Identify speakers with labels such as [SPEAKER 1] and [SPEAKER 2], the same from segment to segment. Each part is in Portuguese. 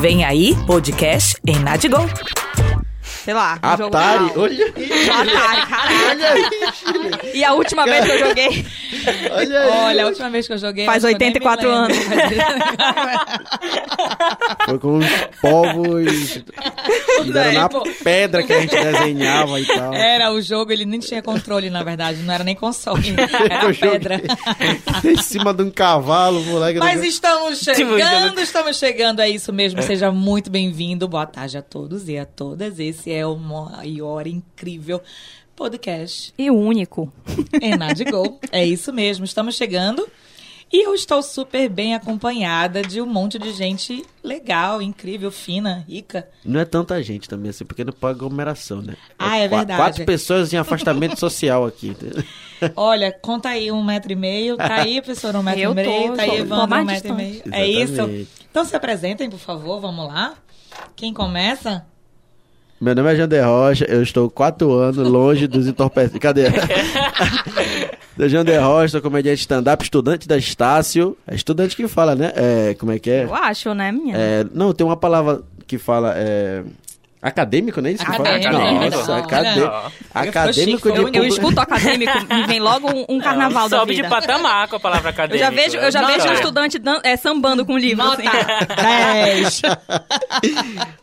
[SPEAKER 1] Vem aí, podcast em Nadigol.
[SPEAKER 2] Sei lá. um jogo
[SPEAKER 3] Ah, Atari,
[SPEAKER 2] legal.
[SPEAKER 3] olha aí.
[SPEAKER 2] Atari, caralho.
[SPEAKER 3] Olha aí,
[SPEAKER 4] E a última vez que eu joguei.
[SPEAKER 3] olha aí.
[SPEAKER 4] Olha, a última vez que eu joguei.
[SPEAKER 2] Faz
[SPEAKER 4] acho que eu nem me
[SPEAKER 2] 84
[SPEAKER 4] lembro.
[SPEAKER 2] anos.
[SPEAKER 3] Foi com os povos que deram na
[SPEAKER 4] Pô. É.
[SPEAKER 3] pedra que a gente desenhava e tal.
[SPEAKER 4] Era o jogo, ele nem tinha controle, na verdade. Não era nem console. Era
[SPEAKER 3] Eu joguei.
[SPEAKER 4] pedra.
[SPEAKER 3] em cima de um cavalo, moleque.
[SPEAKER 4] Mas estamos
[SPEAKER 3] Tipo,
[SPEAKER 4] chegando,
[SPEAKER 1] Divulgando.
[SPEAKER 4] estamos chegando, é isso mesmo. Seja muito bem-vindo. Boa tarde a todos e a todas. Esse é o maior incrível podcast
[SPEAKER 5] E o único.
[SPEAKER 4] em Nadigol. é isso mesmo, estamos chegando. E eu estou super bem acompanhada de um monte de gente legal, incrível, fina, rica.
[SPEAKER 3] Não é tanta gente também, assim, porque não pode aglomeração, né?
[SPEAKER 4] Ah, é
[SPEAKER 3] qua-
[SPEAKER 4] verdade.
[SPEAKER 3] Quatro pessoas em afastamento social aqui. entendeu?
[SPEAKER 4] Olha, conta aí um metro e meio. Tá aí, professora, um metro
[SPEAKER 5] Eu
[SPEAKER 4] e meio.
[SPEAKER 5] tô,
[SPEAKER 4] tá aí,
[SPEAKER 5] sou- tô
[SPEAKER 4] Evandro, um
[SPEAKER 5] mais
[SPEAKER 4] metro e meio.
[SPEAKER 5] distante.
[SPEAKER 4] É isso.
[SPEAKER 3] Exatamente.
[SPEAKER 4] Então se apresentem, por favor, vamos lá. Quem começa?
[SPEAKER 3] Meu nome é Jander Rocha, eu estou quatro anos longe dos entorpecentes. Cadê? Eu Jander Rocha, sou comediante stand-up, estudante da Estácio. É estudante que fala, né? É, como é que é?
[SPEAKER 5] Eu acho, né, minha?
[SPEAKER 3] É, não, tem uma palavra que fala. É... Acadêmico, né? Isso que fala?
[SPEAKER 4] Acadêmico.
[SPEAKER 3] Nossa,
[SPEAKER 4] Olha.
[SPEAKER 3] acade... acadêmico
[SPEAKER 4] Eu
[SPEAKER 3] de
[SPEAKER 5] Eu, eu
[SPEAKER 3] publi-
[SPEAKER 5] escuto acadêmico, me vem logo um, um carnaval da
[SPEAKER 1] Sobe de
[SPEAKER 5] vida.
[SPEAKER 1] patamar com a palavra
[SPEAKER 5] Eu
[SPEAKER 1] acadêmica. né?
[SPEAKER 5] já vejo, eu já
[SPEAKER 1] Não, tá.
[SPEAKER 5] vejo um
[SPEAKER 1] cara.
[SPEAKER 5] estudante dan- é, sambando com o livro.
[SPEAKER 4] Nota
[SPEAKER 5] assim.
[SPEAKER 4] 10.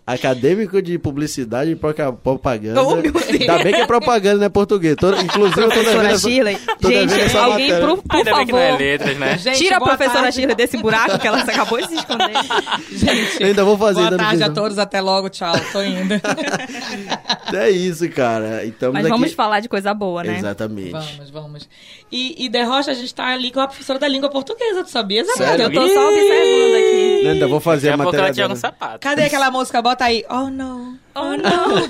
[SPEAKER 3] Acadêmico de publicidade e proca- propaganda.
[SPEAKER 5] Oh, meu Deus.
[SPEAKER 3] Ainda bem que é propaganda, né? Português. Toda- inclusive, eu tô
[SPEAKER 5] Professora
[SPEAKER 3] devendo
[SPEAKER 5] Shirley.
[SPEAKER 3] tô devendo
[SPEAKER 5] Gente,
[SPEAKER 3] essa
[SPEAKER 5] alguém,
[SPEAKER 3] matéria.
[SPEAKER 5] por, por
[SPEAKER 1] Ainda bem que não é
[SPEAKER 5] favor,
[SPEAKER 1] letras, né?
[SPEAKER 4] Gente,
[SPEAKER 5] tira a
[SPEAKER 4] boa
[SPEAKER 5] professora
[SPEAKER 4] tarde.
[SPEAKER 5] Shirley desse buraco que ela acabou de se esconder.
[SPEAKER 1] É.
[SPEAKER 4] Gente,
[SPEAKER 3] Eu ainda vou fazer, ainda
[SPEAKER 4] Boa
[SPEAKER 3] não
[SPEAKER 4] tarde
[SPEAKER 3] fiz,
[SPEAKER 4] a
[SPEAKER 3] não.
[SPEAKER 4] todos, até logo, tchau. Tô indo.
[SPEAKER 3] essa- É isso, cara. Então,
[SPEAKER 5] Mas vamos falar de coisa boa, né?
[SPEAKER 3] Exatamente.
[SPEAKER 4] vamos, vamos. E, e De Rocha, a gente tá ali com a professora da língua portuguesa, tu sabia? Zé
[SPEAKER 3] Sério?
[SPEAKER 5] Eu
[SPEAKER 4] Mário?
[SPEAKER 5] tô só observando aqui.
[SPEAKER 3] Eu Ainda vou fazer
[SPEAKER 1] Daqui
[SPEAKER 3] a
[SPEAKER 1] a pouco ela
[SPEAKER 3] matéria
[SPEAKER 1] tira
[SPEAKER 3] dela.
[SPEAKER 1] um sapato.
[SPEAKER 4] Cadê aquela música? Bota aí. Oh, não.
[SPEAKER 5] Oh, não.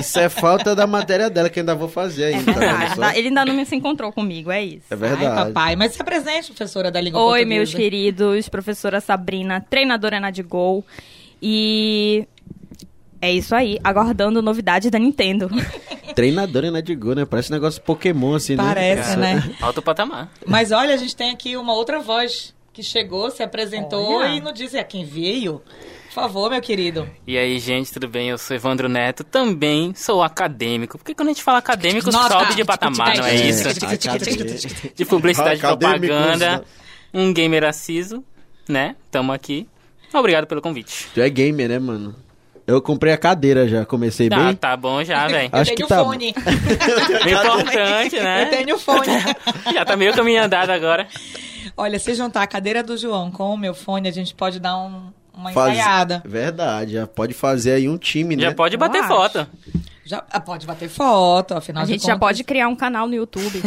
[SPEAKER 3] Isso é falta da matéria dela que ainda vou fazer
[SPEAKER 5] É
[SPEAKER 3] ainda.
[SPEAKER 5] verdade. tá? Ele ainda não se encontrou comigo, é isso.
[SPEAKER 3] É verdade.
[SPEAKER 4] Ai, papai. Mas se apresente, professora da língua
[SPEAKER 5] Oi,
[SPEAKER 4] portuguesa.
[SPEAKER 5] meus queridos, professora Sabrina, treinadora na de gol. E é isso aí, aguardando novidades da Nintendo.
[SPEAKER 3] Treinadora né, de gol, né? Parece um negócio Pokémon, assim, né?
[SPEAKER 4] Parece,
[SPEAKER 3] Isso.
[SPEAKER 4] né?
[SPEAKER 1] Alto patamar.
[SPEAKER 4] Mas olha, a gente tem aqui uma outra voz que chegou, se apresentou
[SPEAKER 5] Olha.
[SPEAKER 4] e não disse a quem veio. Por favor, meu querido.
[SPEAKER 1] E aí, gente, tudo bem? Eu sou Evandro Neto, também sou acadêmico. Porque quando a gente fala acadêmico,
[SPEAKER 4] Nota.
[SPEAKER 1] sobe de patamar, não é
[SPEAKER 3] É,
[SPEAKER 1] isso?
[SPEAKER 3] acadêmico.
[SPEAKER 1] De publicidade e
[SPEAKER 3] Acadêmicos,
[SPEAKER 1] propaganda,
[SPEAKER 3] né?
[SPEAKER 1] um gamer aciso, né? Tamo aqui. Obrigado pelo convite.
[SPEAKER 3] Tu é gamer, né, mano? Eu comprei a cadeira já, comecei
[SPEAKER 1] Ah,
[SPEAKER 3] bem.
[SPEAKER 1] tá bom já, velho.
[SPEAKER 3] Acho
[SPEAKER 4] eu
[SPEAKER 3] que
[SPEAKER 4] tenho
[SPEAKER 3] tá.
[SPEAKER 4] fone.
[SPEAKER 1] Importante,
[SPEAKER 4] Eu
[SPEAKER 1] né?
[SPEAKER 4] tenho fone.
[SPEAKER 1] Já tá meio caminho andado agora.
[SPEAKER 4] Olha, se juntar a cadeira do João com o meu fone, a gente pode dar um- uma
[SPEAKER 3] Faz-
[SPEAKER 4] ensaiada.
[SPEAKER 3] Verdade, já pode fazer aí um time, né?
[SPEAKER 1] Já pode
[SPEAKER 5] Eu
[SPEAKER 1] bater
[SPEAKER 5] acho.
[SPEAKER 1] foto.
[SPEAKER 4] Já ah, pode bater foto, afinal
[SPEAKER 5] a
[SPEAKER 4] de
[SPEAKER 5] gente já
[SPEAKER 4] contas.
[SPEAKER 5] pode criar um canal no YouTube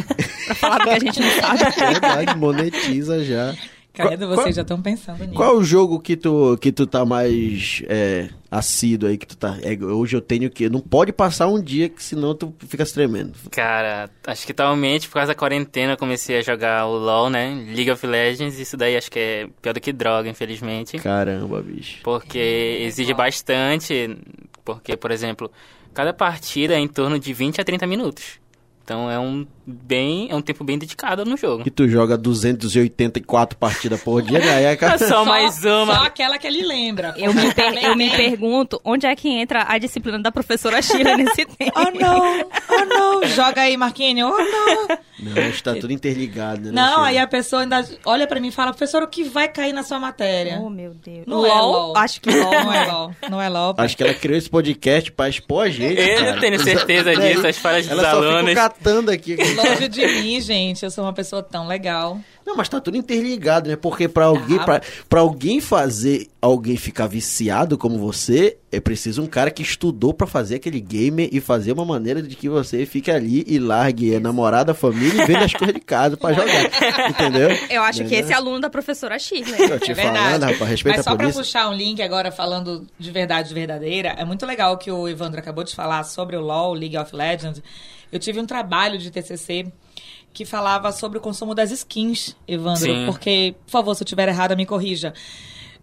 [SPEAKER 5] pra falar do que a gente não sabe.
[SPEAKER 3] É Verdade, monetiza já.
[SPEAKER 4] Credo,
[SPEAKER 3] Qual-
[SPEAKER 4] vocês já estão pensando nisso.
[SPEAKER 3] Qual é o jogo que tu, que tu tá mais é, assíduo aí, que tu tá... é, hoje eu tenho que... Não pode passar um dia, que senão tu fica se tremendo.
[SPEAKER 1] Cara, acho que atualmente, por causa da quarentena, eu comecei a jogar o LoL, né? League of Legends. Isso daí acho que é pior do que droga, infelizmente.
[SPEAKER 3] Caramba, bicho.
[SPEAKER 1] Porque exige bastante. Porque, por exemplo, cada partida é em torno de 20 a 30 minutos. Então é um bem. É um tempo bem dedicado no jogo.
[SPEAKER 3] E tu joga 284 partidas por dia, né? Aí
[SPEAKER 1] É
[SPEAKER 3] acaba...
[SPEAKER 1] só mais
[SPEAKER 4] Só
[SPEAKER 1] uma.
[SPEAKER 4] aquela que ele lembra.
[SPEAKER 5] Eu me, per-
[SPEAKER 4] Também
[SPEAKER 5] eu me
[SPEAKER 4] tem.
[SPEAKER 5] pergunto onde é que entra a disciplina da professora Sheila nesse tempo.
[SPEAKER 4] Oh não, oh não. Joga aí, Marquinhos. Oh não.
[SPEAKER 3] Não, está tudo interligado, né?
[SPEAKER 4] Não,
[SPEAKER 3] Sheila?
[SPEAKER 4] aí a pessoa ainda olha pra mim e fala, professor, o que vai cair na sua matéria?
[SPEAKER 5] Oh, meu Deus.
[SPEAKER 4] Não
[SPEAKER 5] LOL,
[SPEAKER 4] é LOL.
[SPEAKER 5] acho que LOL
[SPEAKER 4] Não é LOL, não é LOL.
[SPEAKER 3] Acho que ela criou esse podcast pra expor a gente,
[SPEAKER 1] Eu
[SPEAKER 3] cara.
[SPEAKER 1] tenho certeza disso, as falhas dos
[SPEAKER 3] Ela só
[SPEAKER 1] alunos.
[SPEAKER 3] fica catando aqui.
[SPEAKER 4] Longe de mim, gente, eu sou uma pessoa tão legal.
[SPEAKER 3] Não, mas tá tudo interligado, né? Porque pra alguém,
[SPEAKER 4] Tá.
[SPEAKER 3] pra, pra alguém fazer alguém ficar viciado como você, é preciso um cara que estudou pra fazer aquele game e fazer uma maneira de que você fique ali e largue a namorada, a família e venda as coisas de casa pra jogar. Entendeu?
[SPEAKER 5] Eu acho
[SPEAKER 3] Não,
[SPEAKER 5] que
[SPEAKER 3] não.
[SPEAKER 5] esse é aluno da professora Shirley.
[SPEAKER 3] Tô te
[SPEAKER 4] É
[SPEAKER 3] falando,
[SPEAKER 4] verdade.
[SPEAKER 3] rapaz, respeita
[SPEAKER 4] Mas só
[SPEAKER 3] a
[SPEAKER 4] pra
[SPEAKER 3] polícia.
[SPEAKER 4] puxar um link agora falando de verdade verdadeira, é muito legal que o Evandro acabou de falar sobre o LoL, League of Legends. Eu tive um trabalho de TCC que falava sobre o consumo das skins, Evandro,
[SPEAKER 1] Sim.
[SPEAKER 4] porque, por favor, se eu tiver errado, me corrija.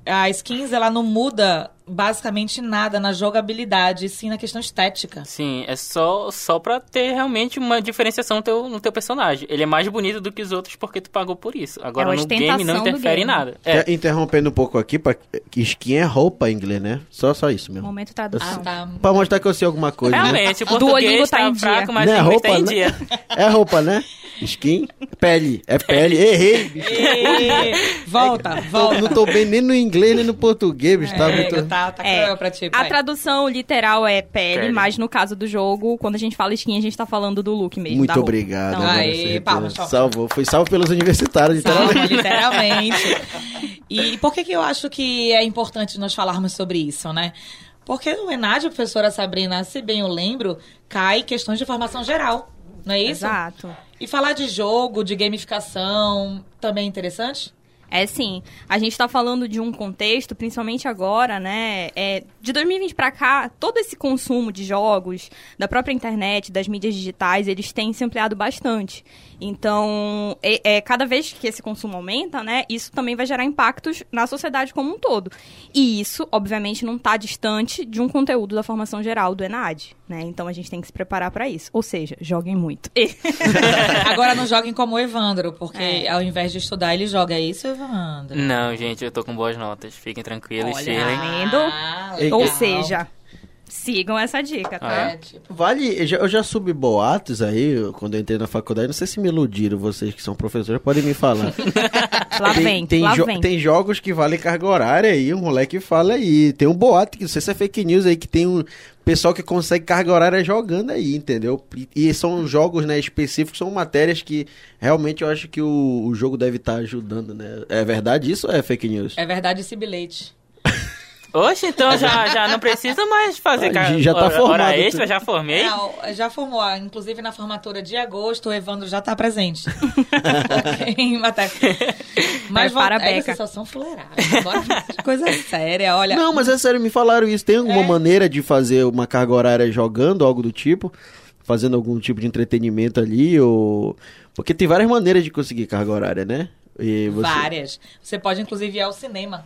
[SPEAKER 4] a skins, ela não muda basicamente nada na jogabilidade, e sim na questão estética.
[SPEAKER 1] Sim, é só, só pra ter realmente uma diferenciação no teu, no teu personagem. Ele é mais bonito do que os outros porque tu pagou por isso. Agora
[SPEAKER 5] É uma
[SPEAKER 1] no game não
[SPEAKER 5] ostentação do
[SPEAKER 1] interfere em
[SPEAKER 5] game.
[SPEAKER 1] nada. É,
[SPEAKER 3] Inter- Interrompendo um pouco aqui, pra... que skin é roupa em inglês, né? Só, só isso mesmo.
[SPEAKER 5] Momento tradução.
[SPEAKER 4] tá.
[SPEAKER 3] Pra mostrar que eu sei alguma coisa, né?
[SPEAKER 1] realmente, o
[SPEAKER 5] Do Olingo
[SPEAKER 1] português
[SPEAKER 5] tá
[SPEAKER 1] tá
[SPEAKER 5] em dia.
[SPEAKER 1] fraco, mas
[SPEAKER 3] Não é
[SPEAKER 1] o inglês tá
[SPEAKER 3] roupa,
[SPEAKER 1] em
[SPEAKER 3] né?
[SPEAKER 1] dia.
[SPEAKER 3] É roupa, né? Skin? Pele. É pele. Errei, bicho.
[SPEAKER 4] Ê, volta,
[SPEAKER 3] Tô-
[SPEAKER 4] volta.
[SPEAKER 3] não tô bem nem no inglês, nem no português, bicho. Tá muito...
[SPEAKER 4] Amiga, tá, tá
[SPEAKER 5] É,
[SPEAKER 4] cruel pra ti,
[SPEAKER 5] A
[SPEAKER 4] pai.
[SPEAKER 5] tradução literal é pele,
[SPEAKER 1] Pele.
[SPEAKER 5] mas no caso do jogo, quando a gente fala skin, a gente tá Então, falando do look mesmo. da
[SPEAKER 3] Muito
[SPEAKER 5] roupa.
[SPEAKER 3] obrigado. né?
[SPEAKER 4] Não,
[SPEAKER 3] agora
[SPEAKER 4] aí,
[SPEAKER 3] você retorna.
[SPEAKER 4] palmas, palmas.
[SPEAKER 3] Salvou. Foi salvo pelos universitários.
[SPEAKER 4] Salva,
[SPEAKER 5] né?
[SPEAKER 3] literalmente.
[SPEAKER 4] Tá, literalmente. E por que, que eu acho que é importante nós falarmos sobre isso, né? Porque no Enad, a professora Sabrina, se bem eu lembro, cai questões de formação geral, não é isso?
[SPEAKER 5] Exato.
[SPEAKER 4] E falar de jogo, de gamificação, também é interessante?
[SPEAKER 5] É sim, a gente tá falando de um contexto, principalmente agora, né? é, de 2020 pra cá, todo esse consumo de jogos, da própria internet, das mídias digitais, eles têm se ampliado bastante. Então, é, é, cada vez que esse consumo aumenta, né? Isso também vai gerar impactos na sociedade como um todo. E isso, obviamente, não tá distante de um conteúdo da formação geral do ENAD, né? Então a gente tem que se preparar pra isso. Ou seja, joguem muito.
[SPEAKER 4] Agora não joguem como o Evandro, porque
[SPEAKER 5] É.
[SPEAKER 4] ao invés de estudar, ele joga. É isso, Evandro?
[SPEAKER 1] Não, gente, eu tô com boas notas. Fiquem tranquilos,
[SPEAKER 5] Olha. tá
[SPEAKER 1] cheirem.
[SPEAKER 5] vendo?
[SPEAKER 4] Ah, legal.
[SPEAKER 5] Ou seja, sigam essa dica, tá?
[SPEAKER 1] Ah,
[SPEAKER 4] É, tipo,
[SPEAKER 3] Vale, eu já, eu já subi boatos aí, eu- quando eu entrei na faculdade, não sei se me iludiram, vocês que são professores podem me falar.
[SPEAKER 5] Lá vem,
[SPEAKER 3] tem,
[SPEAKER 5] lá
[SPEAKER 3] jo-
[SPEAKER 5] vem.
[SPEAKER 3] tem jogos que valem carga horária aí, o moleque fala aí. Tem um boato, que não sei se é fake news aí, que tem um pessoal que consegue carga horária jogando aí, entendeu? E, e são jogos, né, específicos, são matérias que realmente eu acho que o, o jogo deve estar ajudando, né? É verdade isso ou é fake news?
[SPEAKER 4] é verdade esse bilhete.
[SPEAKER 1] Oxe, então já, já não precisa mais fazer
[SPEAKER 3] Ah,
[SPEAKER 1] ca-
[SPEAKER 3] já tá
[SPEAKER 1] hora-
[SPEAKER 3] formado,
[SPEAKER 1] hora extra,
[SPEAKER 3] tu-
[SPEAKER 1] já formei.
[SPEAKER 4] Não, já formou. ah, Inclusive na formatura de agosto, o Evandro já tá presente. Ok, Matheus.
[SPEAKER 5] Vai
[SPEAKER 4] Mas
[SPEAKER 5] para a
[SPEAKER 4] volta-
[SPEAKER 5] beca.
[SPEAKER 4] É só são fuleirada. Bora falar de coisa séria, olha. É.
[SPEAKER 3] Não, mas é sério, me falaram isso. Tem alguma maneira de fazer uma carga horária jogando, algo do tipo? Fazendo algum tipo de entretenimento ali? Ou... Porque tem várias maneiras de conseguir carga horária, né? E você-
[SPEAKER 4] Várias. Você pode, inclusive, ir ao cinema.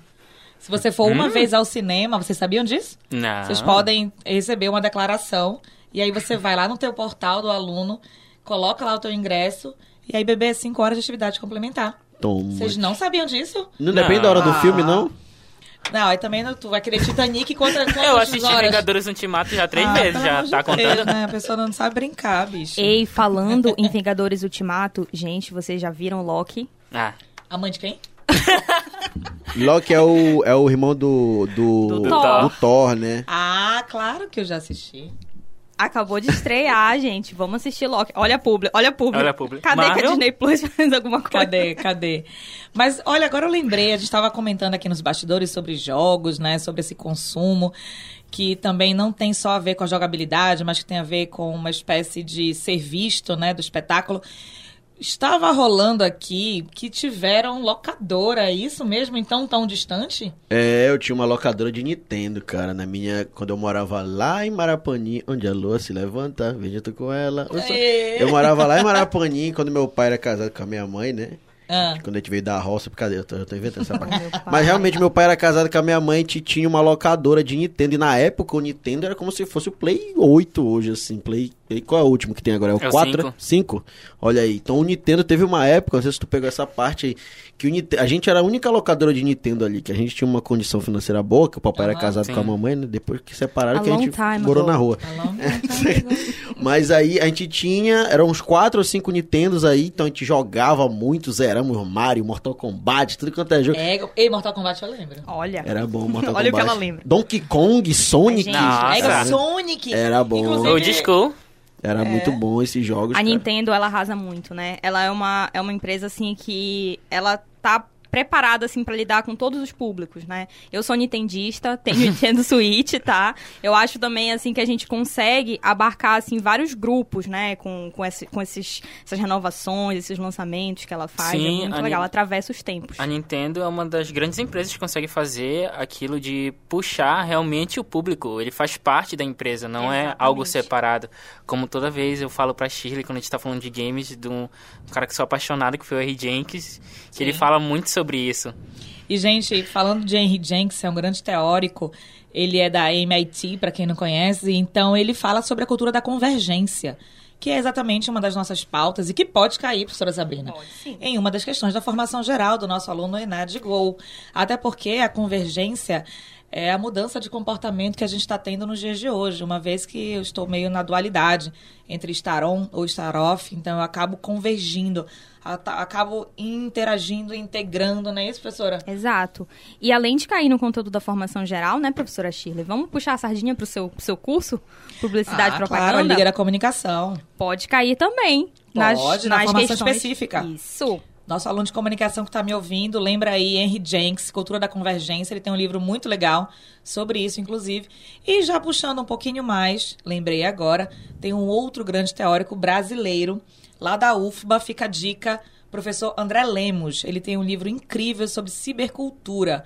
[SPEAKER 4] Se você for uma vez ao cinema, vocês sabiam disso?
[SPEAKER 1] Não.
[SPEAKER 4] Vocês podem receber uma declaração e aí você vai lá no teu portal do aluno, coloca lá o teu ingresso e aí beber 5 horas de atividade complementar.
[SPEAKER 3] Toma.
[SPEAKER 4] Vocês não sabiam disso?
[SPEAKER 3] Não depende da hora do filme, não?
[SPEAKER 4] Não, aí também não, tu vai querer Titanic contra quantas
[SPEAKER 1] Eu assisti
[SPEAKER 4] horas?
[SPEAKER 1] Vingadores Ultimato já três
[SPEAKER 4] Ah,
[SPEAKER 1] vezes,
[SPEAKER 4] pelo
[SPEAKER 1] já
[SPEAKER 4] amor de
[SPEAKER 1] tá
[SPEAKER 4] Deus,
[SPEAKER 1] contando.
[SPEAKER 4] né? A pessoa não sabe brincar, bicho.
[SPEAKER 5] Ei, falando em Vingadores Ultimato, gente, vocês já viram Loki?
[SPEAKER 1] Ah,
[SPEAKER 4] A mãe de quem?
[SPEAKER 3] Loki é o, é o irmão do, do,
[SPEAKER 5] Do
[SPEAKER 3] do
[SPEAKER 1] Thor.
[SPEAKER 3] Thor. né?
[SPEAKER 4] Ah, claro que eu já assisti.
[SPEAKER 5] Acabou de estrear, gente. Vamos assistir Loki. Olha a publi, olha a publi.
[SPEAKER 1] Olha a publi.
[SPEAKER 5] Cadê que
[SPEAKER 1] Marvel?
[SPEAKER 5] a Disney Plus faz alguma coisa?
[SPEAKER 4] Cadê, cadê? Mas olha, agora eu lembrei, a gente estava comentando aqui nos bastidores sobre jogos, né? Sobre esse consumo, que também não tem só a ver com a jogabilidade, mas que tem a ver com uma espécie de ser visto, né? Do espetáculo. Estava rolando aqui que tiveram locadora, é isso mesmo? Então tão distante?
[SPEAKER 3] É, eu tinha uma locadora de Nintendo, cara, na minha. Quando eu morava lá em Marapani, onde a lua se levanta, veja tu com ela. Eu,
[SPEAKER 4] É.
[SPEAKER 3] sou- eu morava lá em Marapani, quando meu pai era casado com a minha mãe, né?
[SPEAKER 4] Ah,
[SPEAKER 3] Quando a gente veio da roça, por causa eu tô, eu tô inventando essa parte.
[SPEAKER 5] Meu pai.
[SPEAKER 3] Mas realmente, meu pai era casado com a minha mãe e tinha uma locadora de Nintendo. E na época, o Nintendo era como se fosse o Play 8 hoje, assim. Play, Play- qual é o último que tem agora? É o
[SPEAKER 1] É o
[SPEAKER 3] 4? 5? Olha aí. Então, o Nintendo teve uma época, não sei se tu pegou essa parte aí, que o Nite- a gente era a única locadora de Nintendo ali, que a gente tinha uma condição financeira boa, que o papai era
[SPEAKER 4] Aham,
[SPEAKER 3] casado
[SPEAKER 1] sim.
[SPEAKER 3] com a mamãe, né? Depois que separaram,
[SPEAKER 5] A
[SPEAKER 3] que a
[SPEAKER 5] long
[SPEAKER 3] gente
[SPEAKER 5] time
[SPEAKER 3] morou
[SPEAKER 5] ago. É, tá
[SPEAKER 3] na rua.
[SPEAKER 4] alô?
[SPEAKER 3] Mas aí a gente tinha, eram uns 4 ou 5 Nintendos aí, então a gente jogava muito, zeramos Mario, Mortal Kombat, tudo quanto é jogo.
[SPEAKER 4] É, ei, Mortal Kombat eu lembro.
[SPEAKER 5] Olha.
[SPEAKER 3] Era bom Mortal
[SPEAKER 5] Olha o
[SPEAKER 3] Kombat.
[SPEAKER 5] que ela lembra.
[SPEAKER 3] Donkey Kong, Sonic.
[SPEAKER 5] Ai,
[SPEAKER 1] Nossa.
[SPEAKER 5] gente.
[SPEAKER 4] Era É Sonic.
[SPEAKER 3] Era bom.
[SPEAKER 4] Inclusive-
[SPEAKER 1] o Disco.
[SPEAKER 3] Era muito bom esses jogos.
[SPEAKER 5] A
[SPEAKER 3] cara.
[SPEAKER 5] Nintendo, ela arrasa muito, né? Ela é uma, é uma empresa, assim, que ela tá preparada, assim, pra lidar com todos os públicos, né? Eu sou nintendista, tenho Nintendo Switch, tá? Eu acho também, assim, que a gente consegue abarcar, assim, vários grupos, né? Com, com, esse- com esses, essas renovações, esses lançamentos que ela faz.
[SPEAKER 1] Sim,
[SPEAKER 5] é
[SPEAKER 1] a
[SPEAKER 5] muito legal,
[SPEAKER 1] Nin-
[SPEAKER 5] atravessa os tempos.
[SPEAKER 1] A Nintendo é uma das grandes empresas que consegue fazer aquilo de puxar realmente o público. Ele faz parte da empresa, não é
[SPEAKER 5] Exatamente.
[SPEAKER 1] algo separado. Como toda vez eu falo pra Shirley, quando a gente tá falando de games, de um cara que sou apaixonado, que foi o R. Jenkins, que ele fala muito sobre isso.
[SPEAKER 4] E, gente, falando de Henry Jenks, é um grande teórico. Ele é da MIT, para quem não conhece. Então, ele fala sobre a cultura da convergência, que é exatamente uma das nossas pautas e que pode cair, professora Sabrina,
[SPEAKER 5] Pode, sim.
[SPEAKER 4] em uma das questões da formação geral do nosso aluno Enad Gol. Até porque a convergência é a mudança de comportamento que a gente está tendo nos dias de hoje, uma vez que eu estou meio na dualidade entre estar on ou estar off, então eu acabo convergindo, ata- acabo interagindo, integrando, não é isso, professora?
[SPEAKER 5] Exato. E além de cair no conteúdo da formação geral, né, professora Shirley? Vamos puxar a sardinha pro seu, pro seu curso? Publicidade e
[SPEAKER 4] Ah, claro,
[SPEAKER 5] propaganda?
[SPEAKER 4] a Liga da Comunicação.
[SPEAKER 5] Pode cair também.
[SPEAKER 4] Pode, na formação específica.
[SPEAKER 5] Isso.
[SPEAKER 4] Nosso aluno de comunicação que está me ouvindo, lembra aí Henry Jenks, Cultura da Convergência. Ele tem um livro muito legal sobre isso, inclusive. E já puxando um pouquinho mais, lembrei agora, tem um outro grande teórico brasileiro, lá da UFBA, fica a dica, professor André Lemos. Ele tem um livro incrível sobre cibercultura.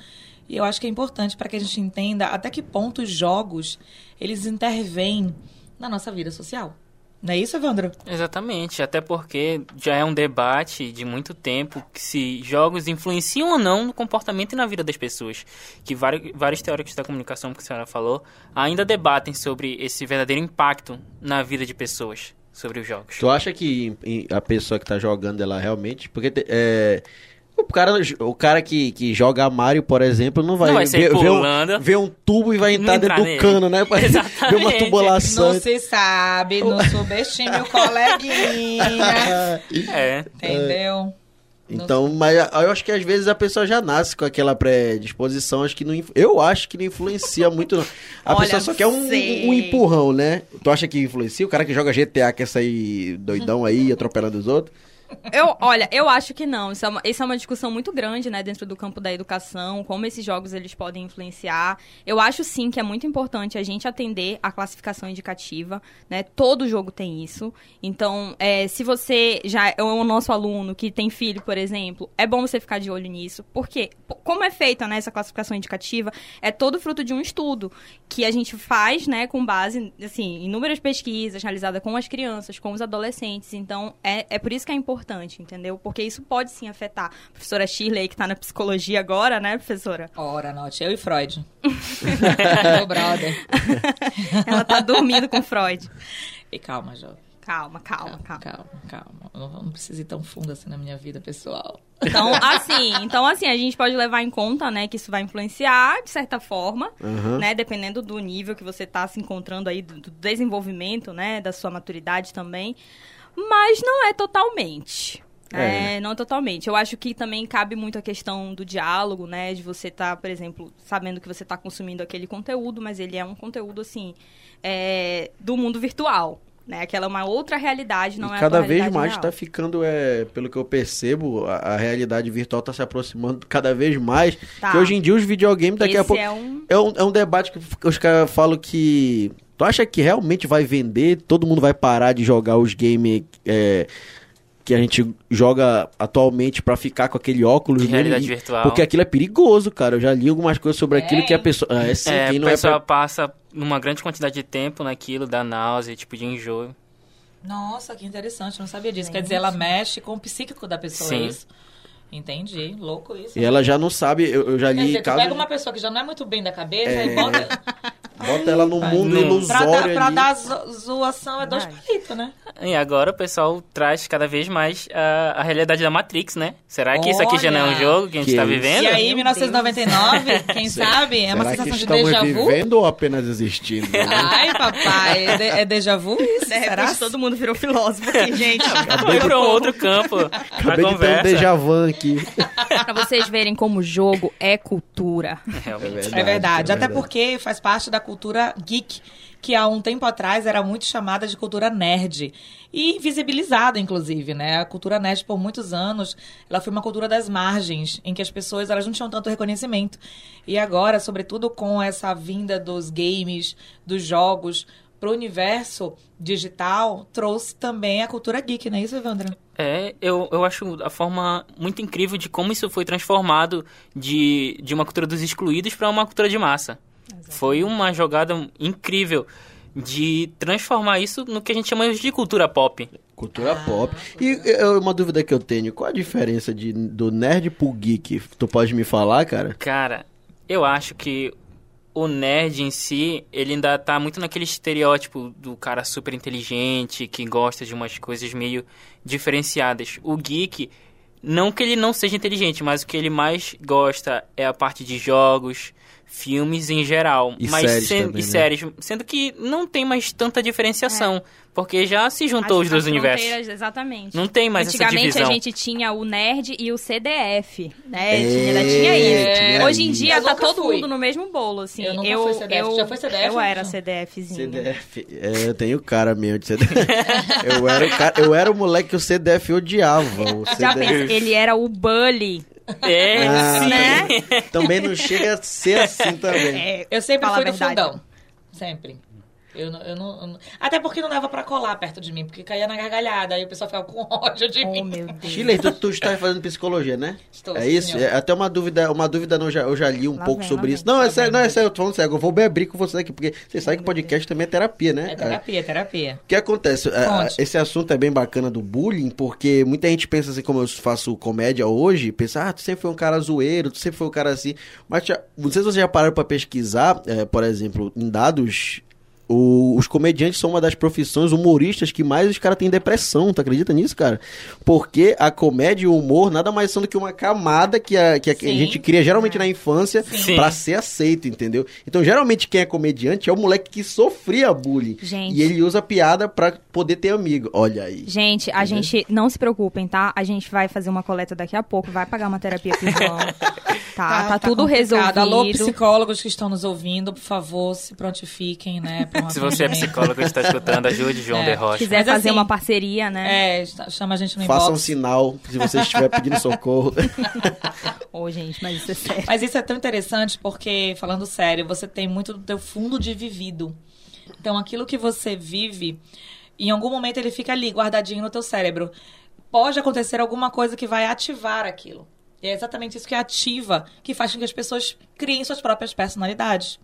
[SPEAKER 4] E eu acho que é importante para que a gente entenda até que ponto os jogos, eles intervêm na nossa vida social. Não é isso, Evandro?
[SPEAKER 1] Exatamente, até porque já é um debate de muito tempo que se jogos influenciam ou não no comportamento e na vida das pessoas. Que vari- vários teóricos da comunicação que a senhora falou ainda debatem sobre esse verdadeiro impacto na vida de pessoas sobre os jogos.
[SPEAKER 3] Tu acha que em- em- a pessoa que tá jogando ela realmente. Porque te- é, o cara, o cara que, que joga Mario, por exemplo, não vai,
[SPEAKER 1] Não vai sair
[SPEAKER 3] ver, ver um,
[SPEAKER 1] pulando.
[SPEAKER 3] ver um tubo e vai entrar
[SPEAKER 1] Não entrar
[SPEAKER 3] dentro
[SPEAKER 1] nele.
[SPEAKER 3] do cano, né? Vai Ver uma
[SPEAKER 1] Exatamente.
[SPEAKER 3] tubulação.
[SPEAKER 4] Não se sabe, não subestime o coleguinha.
[SPEAKER 3] Ah,
[SPEAKER 1] É.
[SPEAKER 4] Entendeu?
[SPEAKER 3] Então, mas a- eu acho que às vezes a pessoa já nasce com aquela predisposição, acho que não, inf- eu acho que não influencia muito não. A
[SPEAKER 5] Olha,
[SPEAKER 3] pessoa só quer um,
[SPEAKER 5] sei.
[SPEAKER 3] um empurrão, né? Tu acha que influencia? O cara que joga GTA quer sair doidão aí, atropelando os outros?
[SPEAKER 5] Eu, olha, eu acho que não. Isso é, uma, isso é uma discussão muito grande, né, dentro do campo da educação, como esses jogos eles podem influenciar. Eu acho sim que é muito importante a gente atender à classificação indicativa, né? Todo jogo tem isso. Então, é, se você já é o nosso aluno que tem filho, por exemplo, é bom você ficar de olho nisso, porque p- como é feita né, essa classificação indicativa, é todo fruto de um estudo que a gente faz, né, com base, assim, em inúmeras pesquisas realizadas com as crianças, com os adolescentes. Então, é, é por isso que é importante, entendeu? Porque isso pode sim afetar. A professora Shirley, que tá na psicologia agora, né, professora?
[SPEAKER 4] Ora, note, eu e Freud. Meu brother.
[SPEAKER 5] Ela tá dormindo com Freud.
[SPEAKER 4] E calma, jovem.
[SPEAKER 5] Calma, calma, calma.
[SPEAKER 4] Calma, calma, calma. Eu não, não preciso ir tão fundo assim na minha vida pessoal.
[SPEAKER 5] Então, assim, então assim, a gente pode levar em conta, né, que isso vai influenciar de certa forma,
[SPEAKER 3] Aham.
[SPEAKER 5] né, dependendo do nível que você tá se encontrando aí do, do desenvolvimento, né, da sua maturidade também, mas não é totalmente.
[SPEAKER 3] É.
[SPEAKER 5] né, não totalmente. Eu acho que também cabe muito a questão do diálogo, né? De você estar, por exemplo, sabendo que você está consumindo aquele conteúdo, mas ele é um conteúdo, assim, é, do mundo virtual, né? Aquela é uma outra realidade, não é
[SPEAKER 3] e
[SPEAKER 5] a
[SPEAKER 3] cada
[SPEAKER 5] tua
[SPEAKER 3] vez
[SPEAKER 5] realidade
[SPEAKER 3] mais
[SPEAKER 5] real.
[SPEAKER 3] tá ficando, é, pelo que eu percebo, a, a realidade virtual tá se aproximando cada vez mais.
[SPEAKER 5] Tá.
[SPEAKER 3] Que hoje em dia os videogames daqui a
[SPEAKER 5] Esse
[SPEAKER 3] pouco.
[SPEAKER 5] é um...
[SPEAKER 3] É um, é um debate que os caras falam que. Tu acha que realmente vai vender? Todo mundo vai parar de jogar os games é, que a gente joga atualmente pra ficar com aquele óculos
[SPEAKER 1] De
[SPEAKER 3] nele?
[SPEAKER 1] realidade
[SPEAKER 3] E-
[SPEAKER 1] virtual.
[SPEAKER 3] Porque aquilo é perigoso, cara. Eu já li algumas coisas sobre aquilo que a pessoa. Ah, É, sim,
[SPEAKER 1] É,
[SPEAKER 3] quem
[SPEAKER 1] a
[SPEAKER 3] não é
[SPEAKER 1] pessoa
[SPEAKER 3] pra...
[SPEAKER 1] passa uma grande quantidade de tempo naquilo, dá náusea, tipo de enjoo.
[SPEAKER 4] Nossa, que interessante. Não sabia disso. Quer dizer, ela mexe com o psíquico da pessoa, é
[SPEAKER 1] Sim.
[SPEAKER 4] isso? Entendi. Louco isso.
[SPEAKER 3] E ela já não sabe. Eu, eu já
[SPEAKER 4] Quer
[SPEAKER 3] li
[SPEAKER 4] dizer, tu
[SPEAKER 3] casos-
[SPEAKER 4] pega uma pessoa que já não é muito bem da cabeça e bota...
[SPEAKER 3] Bota ela num
[SPEAKER 4] Ai,
[SPEAKER 3] mundo
[SPEAKER 1] não.
[SPEAKER 4] Pra, dar,
[SPEAKER 3] ilusório.
[SPEAKER 4] pra
[SPEAKER 3] né? ali.
[SPEAKER 4] dar zo- zoação é dois
[SPEAKER 5] Verdade.
[SPEAKER 4] palitos, né?
[SPEAKER 1] E agora o pessoal traz cada vez mais a, a realidade da Matrix, né? Será que isso aqui já não é um
[SPEAKER 4] Olha!
[SPEAKER 1] jogo que a gente
[SPEAKER 3] Que
[SPEAKER 1] tá
[SPEAKER 3] isso.
[SPEAKER 1] vivendo?
[SPEAKER 4] E
[SPEAKER 3] né?
[SPEAKER 4] aí,
[SPEAKER 5] Meu
[SPEAKER 4] 1999, quem sabe, é uma
[SPEAKER 3] Será
[SPEAKER 4] sensação
[SPEAKER 3] que
[SPEAKER 4] de
[SPEAKER 3] estamos
[SPEAKER 4] déjà vu.
[SPEAKER 3] vivendo ou apenas existindo?
[SPEAKER 4] Ai, papai, é, de, é déjà vu isso?
[SPEAKER 5] De repente, todo mundo virou filósofo aqui, gente.
[SPEAKER 1] Foi pra um outro campo.
[SPEAKER 3] Acabei de
[SPEAKER 1] a
[SPEAKER 3] ter um
[SPEAKER 1] conversa.
[SPEAKER 3] déjà vu aqui.
[SPEAKER 5] pra vocês verem como jogo é cultura.
[SPEAKER 1] Realmente.
[SPEAKER 4] É verdade, até porque faz parte da cultura geek, que há um tempo atrás era muito chamada de cultura nerd. E visibilizada, inclusive, né? A cultura nerd, por muitos anos, ela foi uma cultura das margens, em que as pessoas elas não tinham tanto reconhecimento. E agora, sobretudo com essa vinda dos games, dos jogos, pro universo digital, trouxe também a cultura geek, não é isso, Evandro?
[SPEAKER 1] É, eu, eu acho a forma muito incrível de como isso foi transformado de, de uma cultura dos excluídos para uma cultura de massa. Foi uma jogada incrível. de transformar isso no que a gente chama hoje de cultura pop.
[SPEAKER 5] Ah,
[SPEAKER 3] Cultura pop. E é uma dúvida que eu tenho, qual a diferença de, do nerd pro geek? Tu pode me falar, cara?
[SPEAKER 1] Cara, eu acho que o nerd em si, ele ainda tá muito naquele estereótipo do cara super inteligente, que gosta de umas coisas meio diferenciadas. O geek, não que ele não seja inteligente, mas o que ele mais gosta é a parte de jogos, filmes em geral.
[SPEAKER 3] E
[SPEAKER 1] mas
[SPEAKER 3] séries
[SPEAKER 1] sen-
[SPEAKER 3] também,
[SPEAKER 1] e
[SPEAKER 3] né?
[SPEAKER 1] séries. Sendo que não tem mais tanta
[SPEAKER 5] É.
[SPEAKER 1] diferenciação, porque já se juntou os
[SPEAKER 5] As- as
[SPEAKER 1] dois universos.
[SPEAKER 5] fronteiras, Exatamente.
[SPEAKER 1] Não tem mais essa
[SPEAKER 5] Antigamente a
[SPEAKER 1] divisão.
[SPEAKER 5] gente tinha o nerd e o CDF, né?
[SPEAKER 3] É,
[SPEAKER 5] Tinha- ainda tinha isso.
[SPEAKER 3] tinha
[SPEAKER 5] Hoje em
[SPEAKER 3] isso.
[SPEAKER 5] dia
[SPEAKER 4] Eu
[SPEAKER 5] tá
[SPEAKER 4] nunca
[SPEAKER 5] todo
[SPEAKER 4] fui.
[SPEAKER 5] mundo no mesmo bolo, assim.
[SPEAKER 4] Eu
[SPEAKER 5] Eu,
[SPEAKER 4] nunca
[SPEAKER 5] eu,
[SPEAKER 4] fui CDF. Já foi CDF,
[SPEAKER 5] Eu era
[SPEAKER 4] Anderson?
[SPEAKER 5] CDFzinho.
[SPEAKER 3] CDF. É, eu tenho cara mesmo de CDF. eu, era o cara, eu era o moleque que o CDF odiava. O
[SPEAKER 5] Já
[SPEAKER 3] CDF.
[SPEAKER 5] pensa, ele era o bully.
[SPEAKER 1] É,
[SPEAKER 3] Ah,
[SPEAKER 1] sim.
[SPEAKER 5] né?
[SPEAKER 3] Também não chega a ser assim também.
[SPEAKER 5] É,
[SPEAKER 4] Eu sempre
[SPEAKER 5] Fala
[SPEAKER 4] fui
[SPEAKER 5] a
[SPEAKER 4] do
[SPEAKER 5] verdade.
[SPEAKER 4] fundão. Sempre. Eu não, eu, não, eu não- Até porque não dava pra colar perto de mim, porque caía na gargalhada, aí o pessoal ficava com ódio de
[SPEAKER 5] oh,
[SPEAKER 4] mim.
[SPEAKER 5] meu Deus.
[SPEAKER 3] Chile, tu, tu está fazendo psicologia, né?
[SPEAKER 4] Estou,
[SPEAKER 3] É isso?
[SPEAKER 4] senhor.
[SPEAKER 3] É até uma dúvida, uma dúvida não, eu já, eu já li um
[SPEAKER 5] Lá
[SPEAKER 3] pouco
[SPEAKER 5] vem,
[SPEAKER 3] sobre
[SPEAKER 5] lá
[SPEAKER 3] isso. Não, é sério, não, é sério, eu tô falando sério, eu vou abrir com você aqui, porque você sabe que podcast também é terapia, né?
[SPEAKER 4] É terapia, é terapia.
[SPEAKER 3] O que acontece? É,
[SPEAKER 4] Conte.
[SPEAKER 3] Esse assunto é bem bacana do bullying, porque muita gente pensa assim, como eu faço comédia hoje, pensa, ah, tu sempre foi um cara zoeiro, tu sempre foi um cara assim. Mas já- não sei se vocês já pararam pra pesquisar, é, por exemplo, em dados, o- os comediantes são uma das profissões humoristas que mais os caras têm depressão, tu acredita nisso, cara? Porque a comédia e o humor nada mais são do que uma camada que a, que a- que a
[SPEAKER 4] Sim. Uhum.
[SPEAKER 3] gente cria geralmente na infância
[SPEAKER 1] Sim.
[SPEAKER 3] pra ser aceito, entendeu? Então, geralmente, quem é comediante é o moleque que sofria bullying.
[SPEAKER 5] Gente.
[SPEAKER 3] E ele usa piada pra poder ter amigo. Olha aí.
[SPEAKER 5] Gente,
[SPEAKER 3] Uhum.
[SPEAKER 5] a gente, não se preocupem, tá? A gente vai fazer uma coleta daqui a pouco, vai pagar uma terapia pro João. tá, tá, tudo
[SPEAKER 4] complicado.
[SPEAKER 5] resolvido.
[SPEAKER 4] Alô, psicólogos que estão nos ouvindo, por favor, se prontifiquem, né? pra um
[SPEAKER 1] Se você é
[SPEAKER 4] atendimento.
[SPEAKER 1] psicólogo e está escutando, ajude João
[SPEAKER 4] É.
[SPEAKER 1] de
[SPEAKER 5] Se
[SPEAKER 1] Rocha.
[SPEAKER 5] quiser
[SPEAKER 4] Mas
[SPEAKER 5] fazer
[SPEAKER 4] assim,
[SPEAKER 5] uma parceria, né?
[SPEAKER 4] É, está- chama a gente no
[SPEAKER 3] Faça um
[SPEAKER 4] inbox.
[SPEAKER 3] sinal se você estiver pedindo socorro.
[SPEAKER 5] Ô, gente, mas isso é sério.
[SPEAKER 4] Mas isso é tão interessante porque, falando sério, você tem muito do teu fundo de vivido. Então, aquilo que você vive, em algum momento ele fica ali, guardadinho no teu cérebro. Pode acontecer alguma coisa que vai ativar aquilo. E é exatamente isso que ativa, que faz com que as pessoas criem suas próprias personalidades.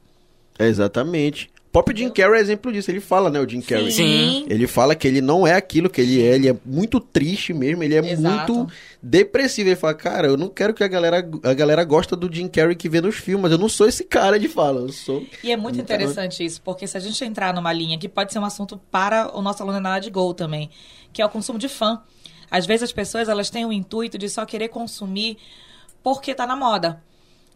[SPEAKER 3] É, Exatamente. O próprio Jim Carrey é exemplo disso. Ele fala, né, o Jim Carrey.
[SPEAKER 1] Sim.
[SPEAKER 3] Ele fala que ele não é aquilo que ele é, ele é muito triste mesmo, ele é
[SPEAKER 4] Exato.
[SPEAKER 3] muito depressivo. Ele fala, cara, eu não quero que a galera, a galera gosta do Jim Carrey que vê nos filmes, eu não sou esse cara, ele fala, eu sou...
[SPEAKER 4] E é muito
[SPEAKER 3] Então-
[SPEAKER 4] interessante isso, porque se a gente entrar numa linha que pode ser um assunto para o nosso aluno de Gol também, que é o consumo de fã. Às vezes as pessoas elas têm o intuito de só querer consumir porque tá na moda.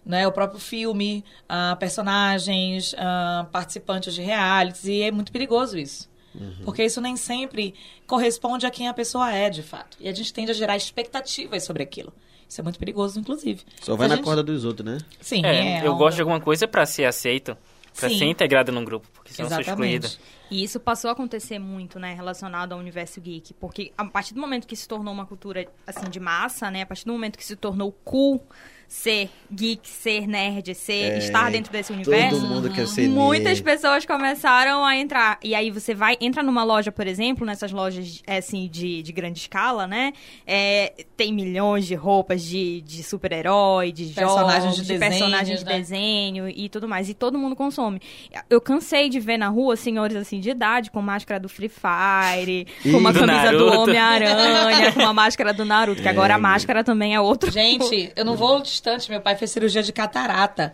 [SPEAKER 4] Né, o próprio filme, ah, personagens, ah, participantes de realities, e é muito perigoso isso.
[SPEAKER 3] Uhum.
[SPEAKER 4] Porque isso nem sempre corresponde a quem a pessoa é, de fato. E a gente tende a gerar expectativas sobre aquilo. Isso é muito perigoso, inclusive.
[SPEAKER 3] Só vai
[SPEAKER 4] Se a
[SPEAKER 3] na
[SPEAKER 4] gente-
[SPEAKER 3] corda dos outros, né?
[SPEAKER 4] Sim,
[SPEAKER 1] É,
[SPEAKER 4] é,
[SPEAKER 1] eu
[SPEAKER 4] a
[SPEAKER 1] gosto de
[SPEAKER 4] onda.
[SPEAKER 1] alguma coisa pra ser aceito, pra
[SPEAKER 4] Sim.
[SPEAKER 1] ser integrado num grupo, porque senão eu sou excluída.
[SPEAKER 4] Exatamente.
[SPEAKER 5] E isso passou a acontecer muito, né, relacionado ao universo geek, porque a partir do momento que se tornou uma cultura assim de massa, né, a partir do momento que se tornou cool ser geek, ser nerd, ser estar dentro desse universo,
[SPEAKER 3] Todo mundo quer ser
[SPEAKER 5] muitas
[SPEAKER 3] nerd.
[SPEAKER 5] pessoas começaram a entrar. E aí você vai, entra numa loja, por exemplo, nessas lojas é, assim de, de grande escala, né? é, tem milhões de roupas de, de super-herói, de
[SPEAKER 4] Personagens
[SPEAKER 5] jogos,
[SPEAKER 4] de
[SPEAKER 5] de personagens
[SPEAKER 4] desenhos,
[SPEAKER 5] de
[SPEAKER 4] né?
[SPEAKER 5] desenho e tudo mais. E todo mundo consome. Eu cansei de ver na rua senhores assim de idade com máscara do Free Fire, com uma
[SPEAKER 3] Ih, do
[SPEAKER 5] camisa do
[SPEAKER 1] Naruto.
[SPEAKER 5] Homem-Aranha, com uma máscara do Naruto, que agora a máscara também é outro.
[SPEAKER 4] Gente, eu não vou distante. Meu pai fez cirurgia de catarata.